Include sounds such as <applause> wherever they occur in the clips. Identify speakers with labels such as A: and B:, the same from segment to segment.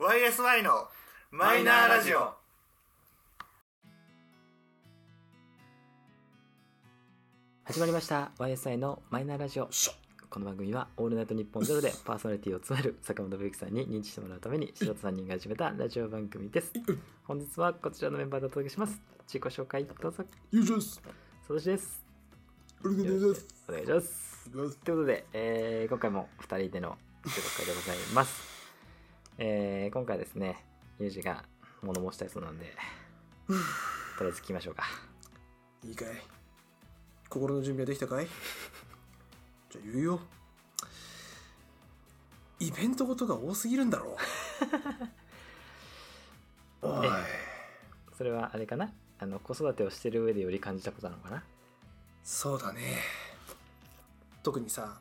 A: YSY のマイナーラジオ
B: 始まりました YSI のマイナーラジオこの番組は「オールナイトニッポンゼロでパーソナリティを務める坂本冬樹さんに認知してもらうために素人3人が始めたラジオ番組です本日はこちらのメンバーでお届けします自己紹介どうぞ
C: 優勝です。
B: そしです
C: ありが
B: よ
C: とうござい
B: ろ
C: ま
B: し
C: す
B: く。お願いしますということで、えー今回も2人での自己紹介でございます、 <laughs> えー今回ですねユージが物申したいそうなんでとりあえず聞きましょうか
C: いいかい心の準備はできたかいじゃあ言うよ。イベントごとが多すぎるんだろ
B: <laughs>
C: う。おい。
B: それはあれかなあの子育てをしてる上でより感じたことなのかな
C: そうだね。特にさ、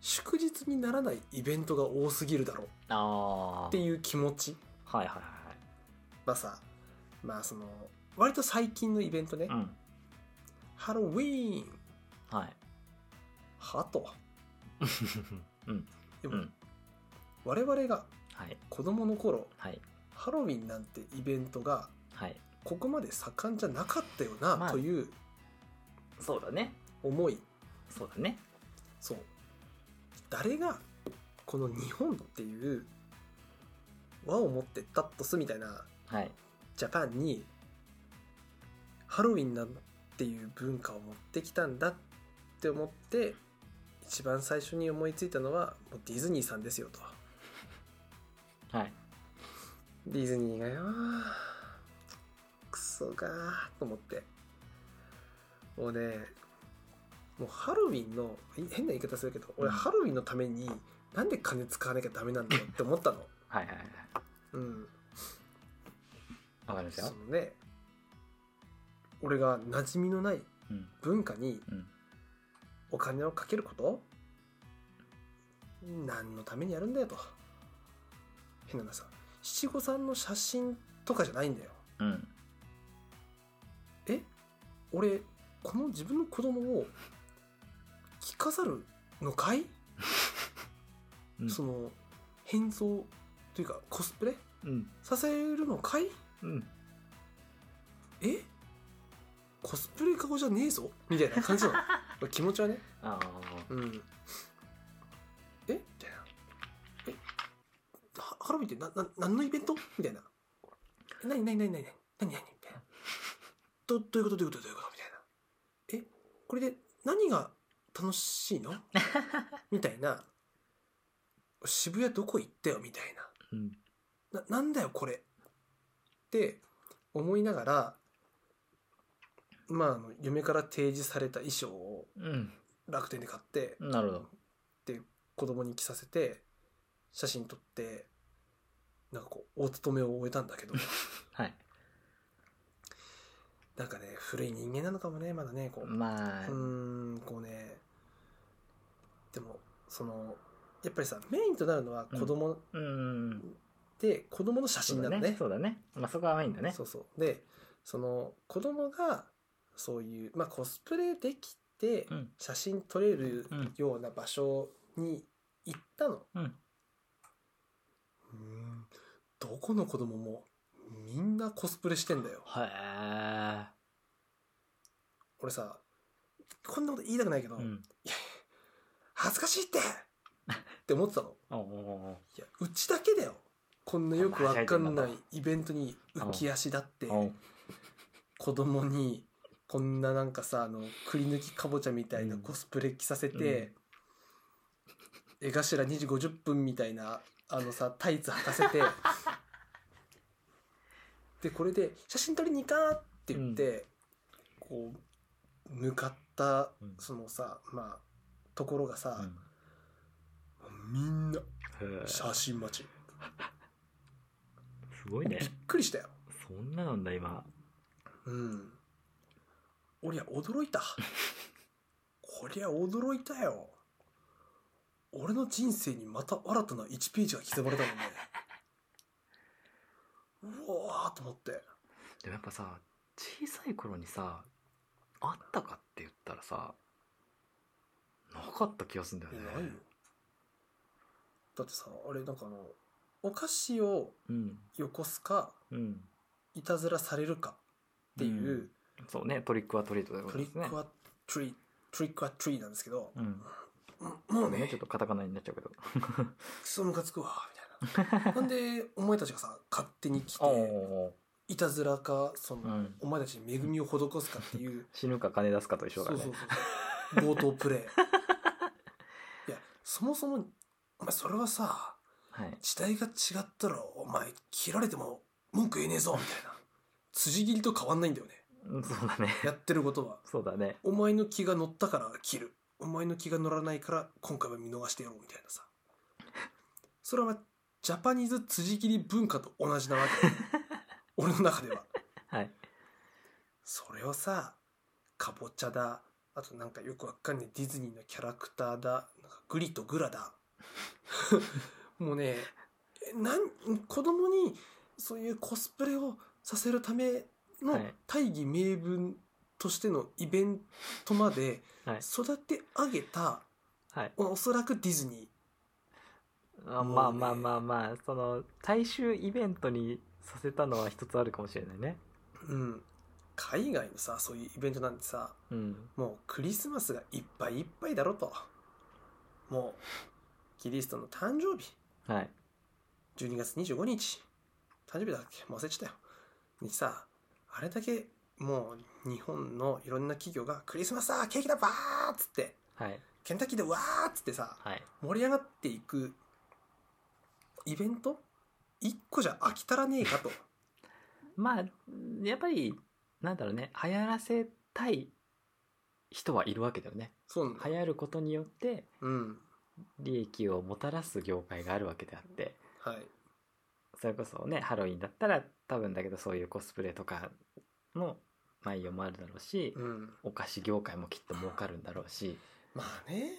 C: 祝日にならないイベントが多すぎるだろう
B: ああ
C: っていう気持ち
B: はいはい
C: はさ、まあその、割と最近のイベントね、
B: はいうん
C: ハロウィーン、
B: はい
C: ハ
B: <laughs>
C: ト。
B: うん
C: で
B: う
C: も、
B: ん
C: 我々が
B: はい
C: 子供の頃、
B: はい
C: ハロウィンなんてイベントが
B: はい
C: ここまで盛んじゃなかったよな、
B: まあ
C: という
B: そうだね
C: 思い
B: そうだね
C: そう誰がこの日本っていう和を持ってタッとすみたいな
B: はい
C: ジャパンにハロウィンなんていう文化を持ってきたんだって思って一番最初に思いついたのはもうディズニーさんですよと
B: はい
C: ディズニーがよクソがと思ってもうねもうハロウィンのい変な言い方するけど俺
B: うん
C: ハロウィンのためになんで金使わなきゃダメなんだろうって思ったの
B: はいはいはい
C: うん
B: わかりますよ
C: そのね俺が馴染みのない
B: うん
C: 文化に
B: うん
C: お金をかけること何のためにやるんだよと変な話さ七五三の写真とかじゃないんだよ
B: うん
C: え俺この自分の子供を着飾るのかい、
B: うん
C: その変装というかコスプレ
B: うん
C: させるのかい
B: うん
C: えコスプレ顔じゃねえぞみたいな感じなの
B: <laughs>
C: 俺気持ちはね
B: あ
C: うんえみたいなえハハロウィンってなな何のイベントみたいなえ何何何何何何何みたいなどどういうことどういうことどういうことみたいなえこれで何が楽しいのみたいな渋谷どこ行ったよみたい
B: ーうん
C: なななんだよこれって思いながらまああの嫁から提示された衣装を楽天で買って
B: うんなるほど
C: 子供に着させて写真撮ってなんかこうお勤めを終えたん
B: <laughs>
C: だけど
B: はい
C: なんかね古い人間なのかもねまだねこうう
B: まあ
C: ーんこうねでもそのやっぱりさメインとなるのは子供
B: うん
C: で、子供の写
B: そう
C: 真
B: だ
C: なのね
B: そうだねまあそこは甘いんだね
C: そうそうでその子供がそういうまあコスプレできて
B: うん
C: 写真撮れる
B: うん
C: ような場所に行ったの、
B: うん
C: うーんどこの子供もみんなコスプレしてんだよ
B: へえ
C: 俺さこんなこと言いたくないけど、
B: うん
C: 恥ずかしいってって思ってたの
B: おお
C: いやうちだけだよこんなよくわかんないイベントに浮き足立って
B: ーおー
C: 子供にこんななんかさあのくり抜きかぼちゃみたいなコスプレ着させて、絵頭2時50分みたいなあのさタイツ履かせて
B: <laughs>
C: でこれで「写真撮りに行かー」って言って、こう向かった
B: うん
C: そのさまあところがさ
B: う、ん
C: みんな
B: へー
C: 写真待ち
B: すごいね
C: びっくりしたよ。
B: <laughs> そんななんだ今
C: うん。おりゃ驚いた。こりゃ驚いたよ。俺の人生にまた新たな1ページが刻まれたもんね。うわーと思って。
B: でもやっぱさ小さい頃にさあったかって言ったらさなかった気がするんだよ
C: え
B: ね
C: ないよ。だってさ、あれなんかあの、お菓子を
B: うん
C: よこすか
B: うん
C: いたずらされるかっていう、
B: そうねトリックはトリートでござ
C: ト
B: い
C: リ
B: ますね
C: ックはトリトリックはトリなんですけど、
B: うん
C: もう
B: ね
C: ね
B: ちょっとカタカナになっちゃうけど
C: クソムカつくわみたい
B: <laughs>
C: ななんでお前たちがさ勝手に来て
B: おー
C: いたずらかその、
B: うん
C: お前たちに恵みを施すかっていう
B: 死ぬか金出すかと一
C: そ
B: 緒だ
C: うそ
B: ね
C: うそうそう冒頭
B: <laughs>
C: プレイいやそもそもお前それはさ
B: はい
C: 時代が違ったらお前切られても文句言えねえぞみたいな辻切りと変わんないんだよね
B: うんそうだね <laughs>
C: やってることは
B: そうだね
C: お前の気が乗ったから切るお前の気が乗らないから今回は見逃してやろうみたいなさそれはまあジャパニーズ辻切り文化と同じなわけ俺の中では
B: はい
C: それをさかぼちゃだあとなんかよくわかんないディズニーのキャラクターだなんかグリとグ
B: <laughs>
C: ラだもうねえなん子供にそういうコスプレをさせるため
B: は
C: の
B: い
C: 大義名分としてのイベントまで
B: はい
C: 育て上げた
B: はい
C: おおそらくディズニ
B: あ
C: もうね
B: まあまあまあまあその大衆イベントにさせたのは一つあるかもしれないね
C: ー、うん、海外のさそういうイベントなんてさ
B: うん
C: もうクリスマスがいっぱいいっぱいだろともうキリストの誕生日
B: はい
C: 12月25日誕生日だっけもう忘れちゃったよにさあれだけもう日本のいろんな企業がクリスマスだケーキだバーっつって
B: はい
C: ケンタッキーでわーっつってさ
B: はい
C: 盛り上がっていくイベント一個じゃ飽き足らねえかと
B: まあやっぱりなんだろうね流行らせたい人はいるわけだよね
C: そうなんだ、
B: 流行ることによって
C: うん
B: 利益をもたらす業界があるわけであって
C: はい
B: それこそねハロウィンだったら多分だけどそういうコスプレとかの内容もあるだろうし、
C: うん
B: お菓子業界もきっと儲かるんだろうし、
C: まあね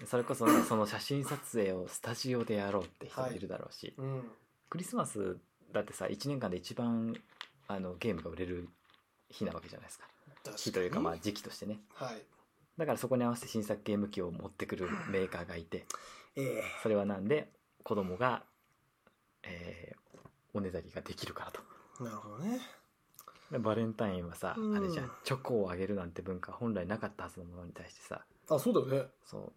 B: うん、それこそねその写真撮影をスタジオでやろうって人もいるだろうし、
C: うん
B: クリスマスだってさ1年間で一番あのゲームが売れる日なわけじゃないですか
C: 確かに
B: 日というかまあ時期としてね
C: はい
B: だからそこに合わせて新作ゲーム機を持ってくるメーカーがいて
C: え
B: それはなんで子供が、えーおねだりができるからと
C: えなるほどね
B: でバレンタインはさ、
C: うん
B: あれじゃんチョコをあげるなんて文化本来なかったはずのものに対してさ
C: あそうだよね
B: そう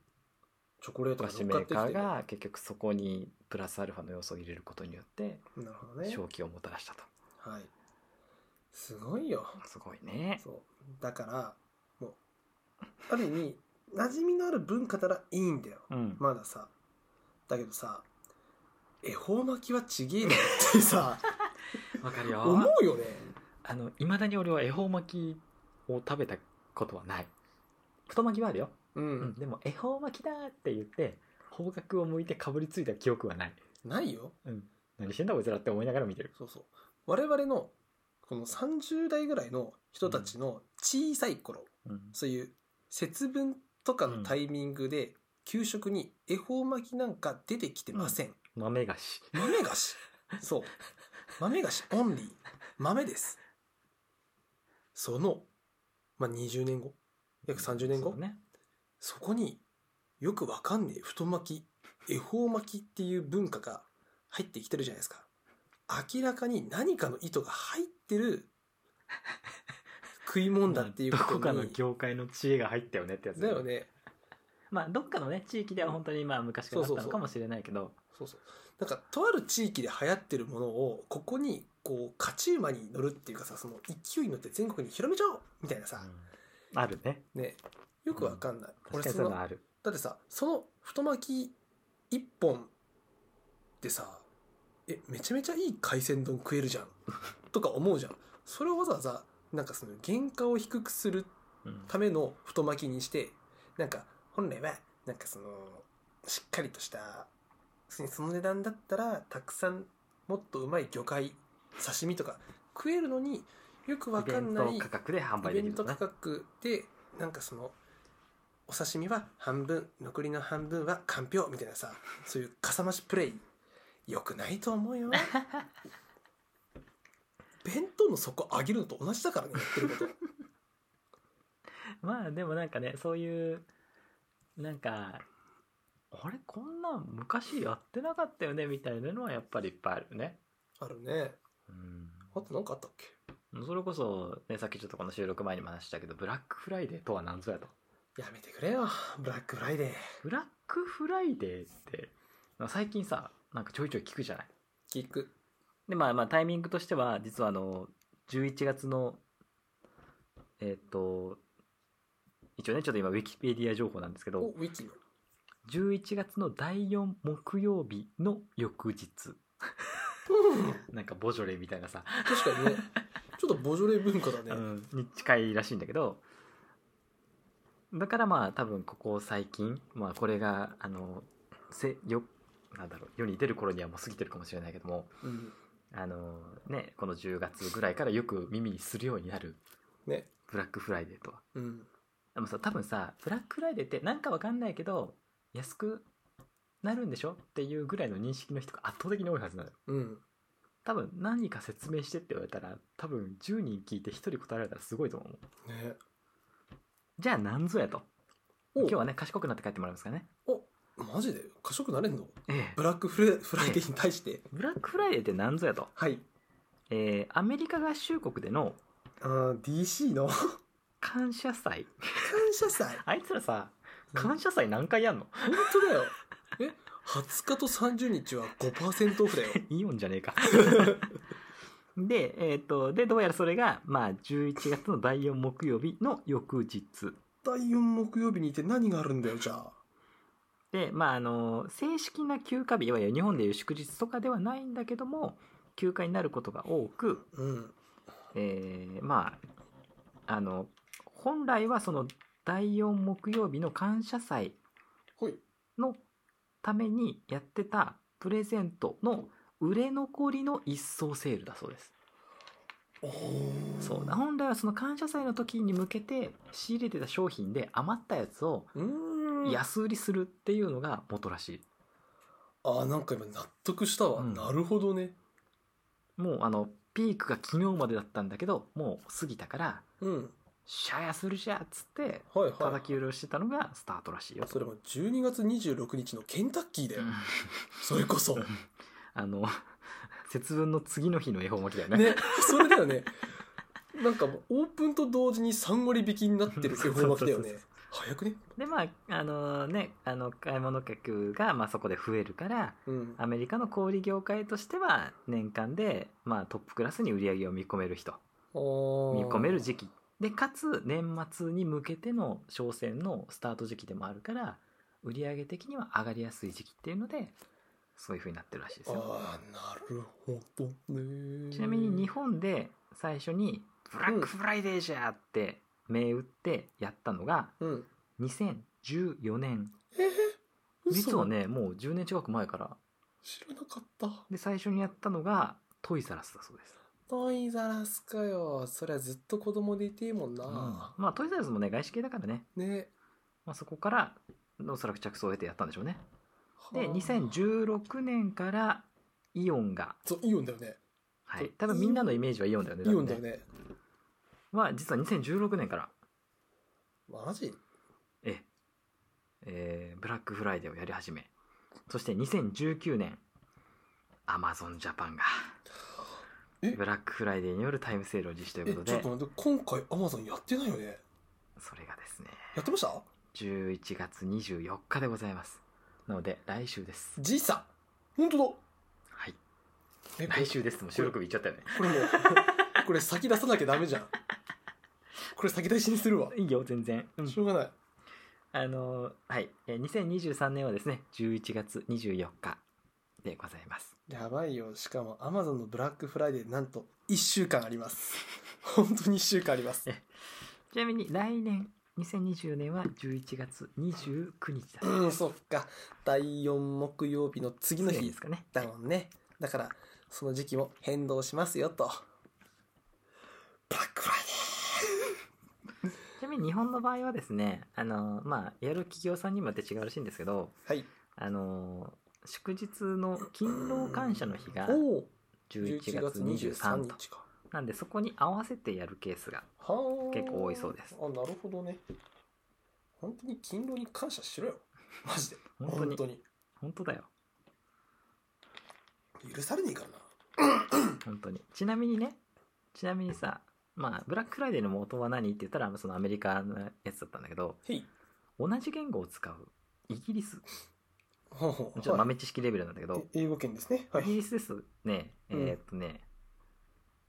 C: チョコレー
B: お
C: ト
B: 菓
C: が
B: 子
C: 乗っ
B: メ
C: かって
B: ー
C: きて
B: カーが結局そこにプラスアルファの要素を入れることによって
C: なるほどね
B: 正気をもたらしたと
C: はいすごいよ
B: すごいね
C: そうだからもうある意味馴染みのある文化ならいいんだよ
B: うん
C: まださだけどさ恵方巻きはちげえなっ
B: <laughs>
C: てさ
B: わかる
C: 思
B: よ
C: うよね
B: あのいまだに俺は恵方巻きを食べたことはない太巻きはあるよ、
C: うん、
B: うん、でも恵方巻きだーって言って方角を向いてかぶりついた記憶はない
C: ないよ
B: 何してんだこいつらって思いながら見てる
C: そうそう我々のこの30代ぐらいの人たちの小さい頃、
B: うん
C: そういう節分とかのタイミングで給食に恵方巻きなんか出てきてません、
B: 豆菓子
C: 豆菓子そう豆菓子オンリー豆ですその、まあ、20年後約30年
B: そ
C: 後そ,、
B: うね
C: こによくわかんねえ太巻き恵方巻きっていう文化が入ってきてるじゃないですか明らかに何かの意図が入ってる食い物だっていう
B: ど
C: こ
B: こか
C: と
B: の
C: に
B: 業界の知恵が入ったよねってやつ
C: だよね
B: まあどっかのね地域では本当にまあ昔からあったのかもしれないけど
C: そうそうなんかとある地域で流行ってるものをここにこう勝ち馬に乗るっていうかさその勢いに乗って全国に広めちゃおうみたいなさ、
B: うんあるね
C: ねよくわかんない、
B: 確かに
C: そ
B: そうい
C: の
B: うのある
C: だってさその太巻き1本でさえめちゃめちゃいい海鮮丼食えるじゃんとか思うじゃんそれをわざわざなんかその原価を低くする
B: うん
C: ための太巻きにしてなんか本来はなんかそのしっかりとした普通にその値段だったらたくさんもっとうまい魚介刺身とか食えるのによくわ
B: イベ
C: かん
B: ン
C: ない
B: ト価格で販売で
C: イベ
B: き
C: ン
B: る
C: ト
B: と
C: 価
B: ね
C: 格でなんかそのお刺身は半分残りの半分はかんぴょうみたいなさそういうかさ増しプレイよくないと思
B: <laughs>
C: うよ弁当の底上げるのと同じだからねやってること
B: まあでもなんかねそういうなんかあれこんなん昔やってなかったよねみたいなのはやっぱりいっぱいあるよね。
C: あるね。
B: うん
C: あとなんかあったっけ
B: それこそ、ね、さっきちょっとこの収録前にも話したけど、ブラックフライデーとは何ぞやと。
C: やめてくれよ、ブラックフライデー。
B: ブラックフライデーって、なんか最近さ、なんかちょいちょい聞くじゃない。
C: 聞く。
B: で、まあまあタイミングとしては、実はあの、11月の、えっ、と、一応ね、ちょっと今、ウィキペディア情報なんですけ
C: お、
B: ど、
C: ウィキの。
B: 11月の第4木曜日の翌日。
C: うん、
B: なんかボジョレみたいなさ、
C: 確かにね。ちょっとボジョレ文化だね。
B: うんに近いらしいんだけどだからまあ多分ここ最近、まあ、これがあのせよなんだろう世に出る頃にはもう過ぎてるかもしれないけども
C: うん。
B: あの、ね、この10月ぐらいからよく耳にするようになる
C: ね。
B: ブラックフライデーとは
C: うん。
B: でもさ多分さブラックフライデーってなんかわかんないけど安くなるんでしょっていうぐらいの認識の人が圧倒的に多いはずなのよ
C: うん。
B: 多分何か説明してって言われたら多分10人聞いて1人答えられたらすごいと思う
C: ね。
B: じゃあなんぞやと
C: お
B: 今日はね賢くなって帰ってもらいますからね
C: お、マジで賢くなれんの
B: ええ
C: ブラックフレフライデーに対して。
B: ブラックフライデーってなんぞやと、
C: はい。
B: えーアメリカ合衆国での
C: あー DC の感
B: 感謝祭
C: 謝祭。
B: あいつらさ感謝祭何回やんの <laughs>
C: 本当だよ。え ?20 日と30日は5%オフだよ。
B: イオンじゃねえ <laughs> かでえっ、とでどうやらそれがまあ11月の第4木曜日の翌日
C: 第4木曜日にいて何があるんだよ、じゃあ。
B: でまああの正式な休暇日いわゆる日本でいう祝日とかではないんだけども休暇になることが多く、
C: うん。
B: えーまああの本来はその第4木曜日の感謝祭
C: ほい。
B: のためにやってたプレゼントの売れ残りの一層セールだそうです
C: おー
B: そうだ。本来はその感謝祭の時に向けて仕入れてた商品で余ったやつを
C: うーん。
B: 安売りするっていうのが元らしい
C: あーなんか今納得したわ、
B: うん
C: なるほどね
B: もうあのピークが昨日までだったんだけどもう過ぎたから
C: うん
B: シャヤするじゃっつって
C: はいは
B: 叩き売りをしてたのがスタートらしいよ
C: いそれも12月26日のケンタッキーだよ、
B: うん
C: それこそね
B: あの、 <laughs> 節分の次の日の恵方巻きだよね。
C: それだよねなんかもうオープンと同時に3割引きになってる恵方巻きだよ
B: そうそ
C: ね
B: うそう
C: 早くね
B: で、まあ、あのね、あの、買い物客が、まあそこで増えるから、
C: うん
B: アメリカの小売業界としては、年間で、まあトップクラスに売り上げを見込める人、見
C: 見
B: 込める時期。で、かつ、年末に向けての商戦のスタート時期でもあるから、売り上げ的には上がりやすい時期っていうので、そういう風になってるらしいですよ。
C: ああなるほどね
B: ちなみに日本で最初に、ブラックフライデーじゃーって銘打ってやったのが、
C: うん
B: 2014年
C: えー、嘘
B: 実はねもう10年近く前から
C: 知らなかった
B: で最初にやったのがトイザラスだそうです、
C: トイザラスかよそりゃずっと子供でいていもんな、
B: まあトイザラスもね外資系だからね、
C: ね
B: まあ、そこからおそらく着想を得てやったんでしょうねで
C: はあ
B: 2016年からイオンが
C: そうイオンだよね
B: はい多分みんなのイメージはイオンだよね
C: イオン
B: 多
C: だよ
B: 分ね
C: ね
B: まあ実は2016年から
C: マジ
B: ええーブラックフライデーをやり始めそして2019年アマゾンジャパンが
C: え
B: ブラックフライデーによるタイムセールを実施とい
C: え
B: うこと
C: ちょっ
B: で
C: と待って今回アマゾンやってないよね
B: それがですね
C: やってました
B: 11月24日でございますなので来週です
C: じいさん本当だ
B: はい
C: え
B: 来週ですもう収録日いっちゃったよね
C: これもうこれ先出さなきゃダメじゃんこれ先出しにするわ
B: <laughs> いいよ全然、うん
C: しょうがない
B: あのーはいえー2023年はですね11月24日でございます
C: やばいよしかもアマゾンのブラックフライデーなんと1週間あります本当に1週間あります
B: えちなみに来年2024年は11月29日だ
C: うんそっか第4木曜日の次の
B: 次
C: 日
B: ですかね
C: だもんねだからその時期も変動しますよとブラックフライデー
B: ちなみに日本の場合はですねあのーまあやる企業さんにもよって違うらしいんですけど
C: はい
B: あのー祝日の勤労感謝の日が
C: おお
B: 11月23と
C: か
B: なんでそこに合わせてやるケースが
C: はあ
B: 結構多いそうです <laughs>
C: あなるほどね本当に勤労に感謝しろよマジで
B: 本当に
C: 本当に
B: 本当だよ
C: 許されねえからな
B: 本当にちなみにねちなみにさまあブラックフライデーの元は何って言ったらそのアメリカのやつだったんだけど
C: へい
B: 同じ言語を使うイギリス
C: ほうほう
B: もちろん
C: はい
B: 豆知識レベルなんだけど、
C: え英語圏ですねは
B: イギ
C: い
B: リスですね、
C: うん
B: えーっとね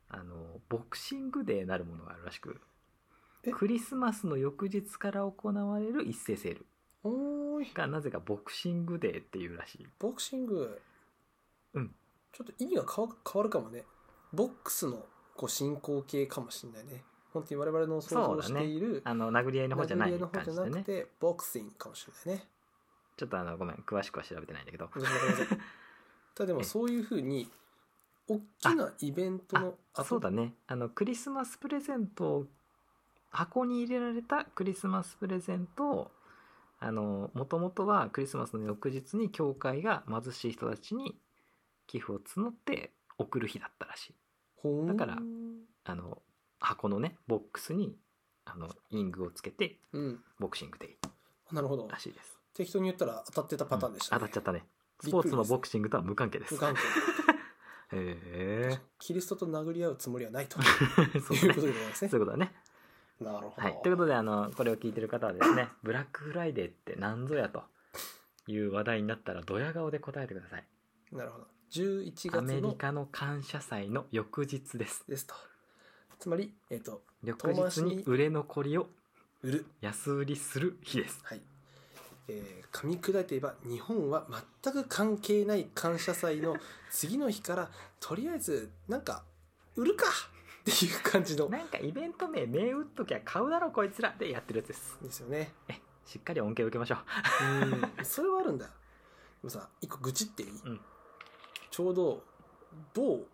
B: あのボクシングデーなるものがあるらしく
C: え
B: クリスマスの翌日から行われる一斉セール
C: おーい
B: がなぜかボクシングデーっていうらしい
C: ボクシング
B: うん
C: ちょっと意味が変わ変わるかもねボックスのこう進行形かもしれないね本当に我々の想像
B: そう
C: し
B: だ
C: て
B: ね
C: いる
B: あの殴り合いの方じゃない
C: 殴り合の方
B: 感
C: じゃ
B: じ
C: な
B: で
C: く
B: ね
C: て、ボクシングかもしれないね
B: ちょっとあのごめん詳しくは調べてないんだけど
C: ごめんな
B: <laughs>
C: さいただでもそういうふうに大きなイベントの
B: あそうだねあのクリスマスプレゼントを箱に入れられたクリスマスプレゼントをあのもともとはクリスマスの翌日に教会が貧しい人たちに寄付を募って送る日だったらしい
C: ほー
B: だからあの箱のねボックスにあのイングをつけて
C: うん
B: ボクシングでいい
C: なるほど
B: らしいです
C: 適当に言ったら当たってたパターンでした、
B: うん当たっちゃったねス
C: びっ
B: ポ
C: くり
B: ー
C: です
B: ツのボクシングとは無関係です
C: 無関係 <laughs>
B: へ
C: キリストと殴り合うつもりはないと
B: え <laughs> そう
C: いう
B: だねそ
C: ことでございますね
B: ういうことだね
C: なるほ
B: は
C: ど、
B: い、ということであのこれを聞いてる方はですねブラックフライデーって何ぞやという話題になったらドヤ顔で答えてください
C: なるほど11
B: ア
C: 月
B: メリ
C: の
B: カの感謝祭の翌日です
C: ですとつまり、えっと
B: 翌日に売れ残りを
C: 売る
B: 安売りする日です
C: はい、えー、噛み砕いて言えば日本は全く関係ない感謝祭の次の日からとりあえずなんか売るかっていう感じの
B: なんかイベント名銘打っときゃ買うだろこいつらでやってるやつです
C: ですよね
B: えしっかり恩恵を受けましょ
C: うんそれはあるんだでもさ一個愚痴っていい、
B: ん
C: ちょうど某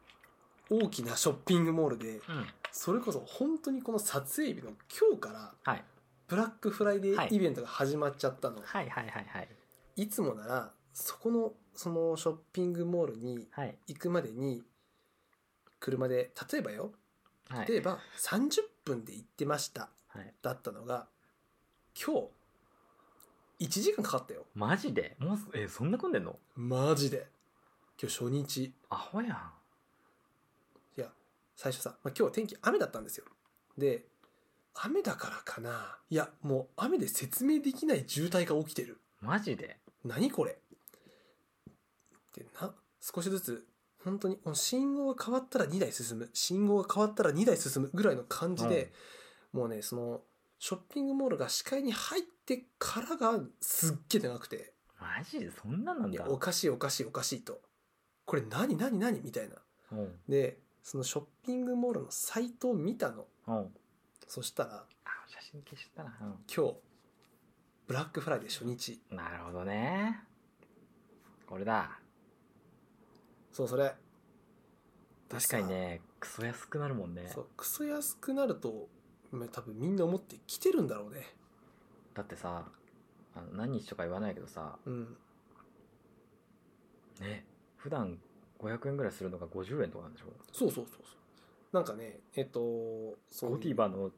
C: 大きなショッピングモールで
B: ううん
C: それこそ本当にこの撮影日の今日から
B: はい
C: ブラックフライデ
B: はい
C: ーイベントが始まっちゃったの、
B: はいはいはいはい
C: いつもならそこのそのショッピングモールに
B: はい
C: 行くまでに車で例えばよ
B: はい
C: 例えば30分で行ってました
B: はい
C: だったのが今日1時間かかったよ
B: マジでもうえそんな混んでんの
C: マジで今日初日い
B: アホやん
C: や最初さ、まあ、今日天気雨だったんですよで雨だからかないやもう雨で説明できない渋滞が起きてる
B: マジで
C: 何これってな少しずつ本当にこの信号が変わったら2台進む信号が変わったら2台進むぐらいの感じで、もうねそのショッピングモールが視界に入ってからがすっげえ長くて
B: マジでそんなんなん
C: いや
B: だ
C: おかしいおかしいおかしいとこれ何何何みたいな
B: うん
C: でそのショッピングモールのサイトを見たの
B: うん
C: そしたら
B: あ写真消したな、う
C: 今日ブラックフライデー初日
B: ん、なるほどねこれだ
C: そうそれ
B: 確かにねクソ安くなるもんね
C: そうクソ安くなるとまあ多分みんな思って来てるんだろうね
B: だってさあの何日とか言わないけどさ
C: うん
B: ね普段500円ぐらいするのが50円とかなんでしょ
C: そうそうそうそうなんかねえっとそ
B: ゴ
C: う
B: ディバの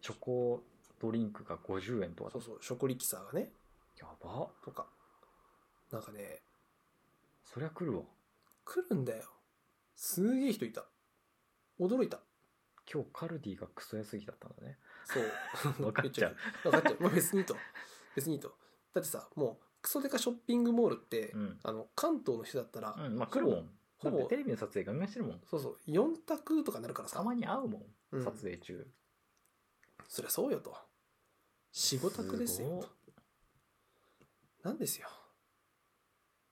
B: チョコドリンクが50円とか
C: そうそうショコリキサーがね
B: やば
C: とかなんかね
B: そりゃ来るわ
C: 来るんだよすげえ人いた驚いた
B: 今日カルディがクソ安い日だったんだね
C: そ
B: <laughs>
C: う
B: わかっちゃう
C: 分かっちゃう、まあ、別にいいと別にいいとだってさもうクソデカショッピングモールって、
B: うん、
C: あの関東の人だったら、
B: うん、まあ来るもんだ
C: ほ
B: っ
C: ぼ
B: てテレビの撮影ガンガンしてるもん
C: そうそう4択とかなるからさ
B: たまに会うもん、
C: うん
B: 撮影中
C: そりゃそうよと45択ですよ
B: ごい
C: となんで
B: <laughs>
C: すよ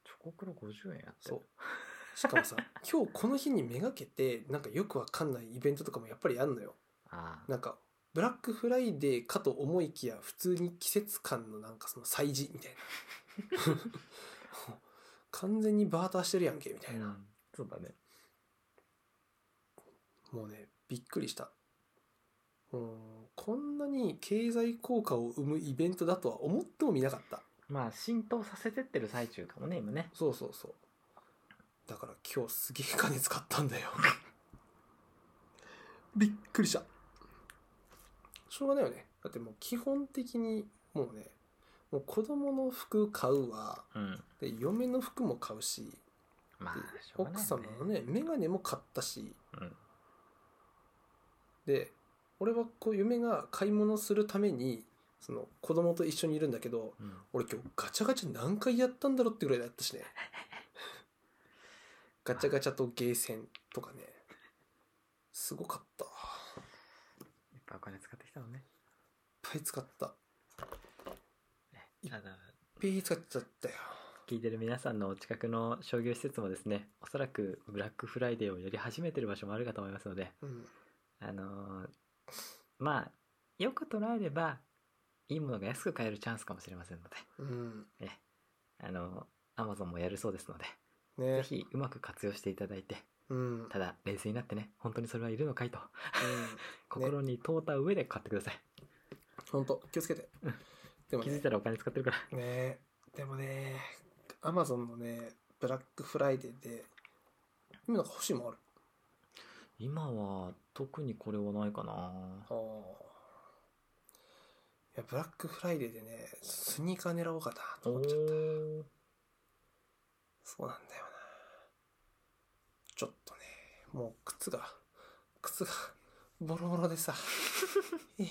B: チョコクロ50円やって
C: そうしかもさ今日この日にめがけてなんかよくわかんないイベントとかもやっぱりあんのよ
B: ああ
C: なんかブラックフライデーかと思いきや普通に季節感のなんかその祭事みたいな <laughs> 完全にバーターしてるやんけみたいな、
B: うんそうだね
C: もうねびっくりしたうんこんなに経済効果を生むイベントだとは思ってもみなかった
B: まあ浸透させてってる最中かもね今ね
C: そうそうそうだから今日すげえ金使ったん
B: <laughs>
C: だよびっくりしたしょうがないよねだってもう基本的にもうねももう子供の服買うわ
B: うん
C: で嫁の服も買うし
B: まあ
C: で
B: しょうがな
C: 奥
B: い
C: 様のね眼鏡も買ったし
B: うん
C: で俺はこう嫁が買い物するためにその子供と一緒にいるんだけど
B: うん
C: 俺今日ガチャガチャ何回やったんだろうってぐらいやっ
B: <laughs>
C: たしねガチャガチャとゲーセンとかねすごかったいっ
B: いっぱいお金使ってきたのね
C: ぱい使ったいっ
B: ただ
C: ぱい使っちゃったよ
B: 聞いてる皆さんのお近くの商業施設もですねおそらくブラックフライデーをやり始めてる場所もあるかと思いますので
C: うん
B: あのーまあよく捉えればいいものが安く買えるチャンスかもしれませんので
C: うん
B: あのー Amazon もやるそうですので、
C: ね
B: ぜひうまく活用していただいて
C: うん、うん
B: ただ冷静になってね本当にそれはいるのかいと心に問うた上で買ってください、
C: ほんと気をつけて
B: うん
C: でも
B: 気づい
C: ね
B: たらお金使ってるから
C: ねでもねアマゾンのねブラックフライデーで今なんか欲しいもんある
B: 今は特にこれはないかな
C: ああいやブラックフライデーでねスニーカー狙おうかなと思っちゃった
B: ー
C: そうなんだよなちょっとねもう靴が靴が <laughs> ボロボロ
B: <laughs>
C: でさえ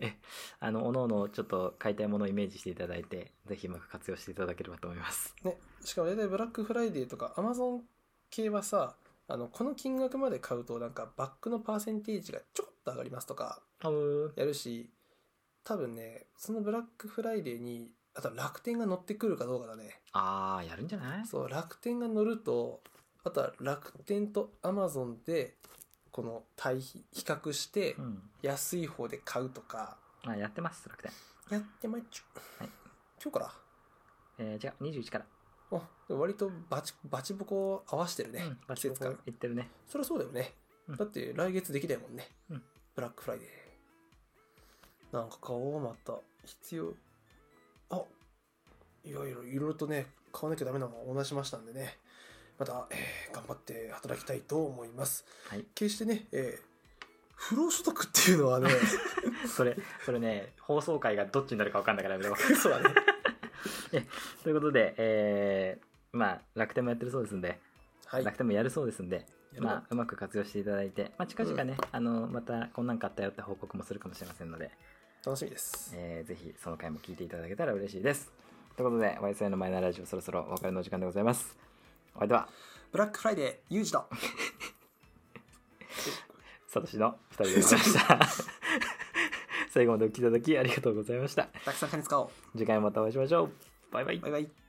C: え
B: あのおのおのちょっと買いたいものをイメージしていただいてぜひうまく活用していただければと思います
C: ね、しかも大体ブラックフライデーとかアマゾン系はさあのこの金額まで買うとなんかバックのパーセンテージがちょこっと上がりますとか
B: あう
C: やるし多分ねそのブラックフライデーにあとは楽天が乗ってくるかどうかだね
B: あーやるんじゃない
C: そう楽天が乗るとあとは楽天とアマゾンでこの対比比較して
B: うん、
C: 安い方で買うとか
B: あやってます楽天
C: やってまいっちゅ、
B: はい
C: 今日から
B: えー、違う21から、
C: <laughs> あでも割とバチバチボコ合わしてるね、
B: うんバ
C: 季
B: チ
C: 節
B: ボコ
C: 感
B: 行ってるね <laughs>
C: そりゃそうだよね、
B: うん
C: だって来月できないもんね、
B: うん
C: ブラックフライデーなんか買おうまた必要あいろいろいろいろとね買わなきゃダメなものをお話ししましたんでねまた、えー頑張って働きたいと思います
B: はい
C: 決してね、えー不労所得っていうの
B: <laughs>
C: はね
B: それそれね放送回がどっちになるか分かんないからやめとこう
C: そうだね <laughs>
B: ということで、えーまあ、楽天もやってるそうですんで、
C: はい
B: 楽天もやるそうですんで、
C: やる
B: まあ、うまく活用していただいて、まあ、近々ね、あのまたこんなん買ったよって報告もするかもしれませんので、
C: 楽しみです
B: えーぜひその回も聞いていただけたら嬉しいですということで YSI のマイナーラジオそろそろお別れのお時間でございますお相手は
C: ブラックフライデーユージだ
B: サトシの2人でございました <laughs> 最後までお聞きいただきありがとうございました
C: たくさん金使おう
B: 次回もまたお会いしましょうバイバイ
C: バイバイ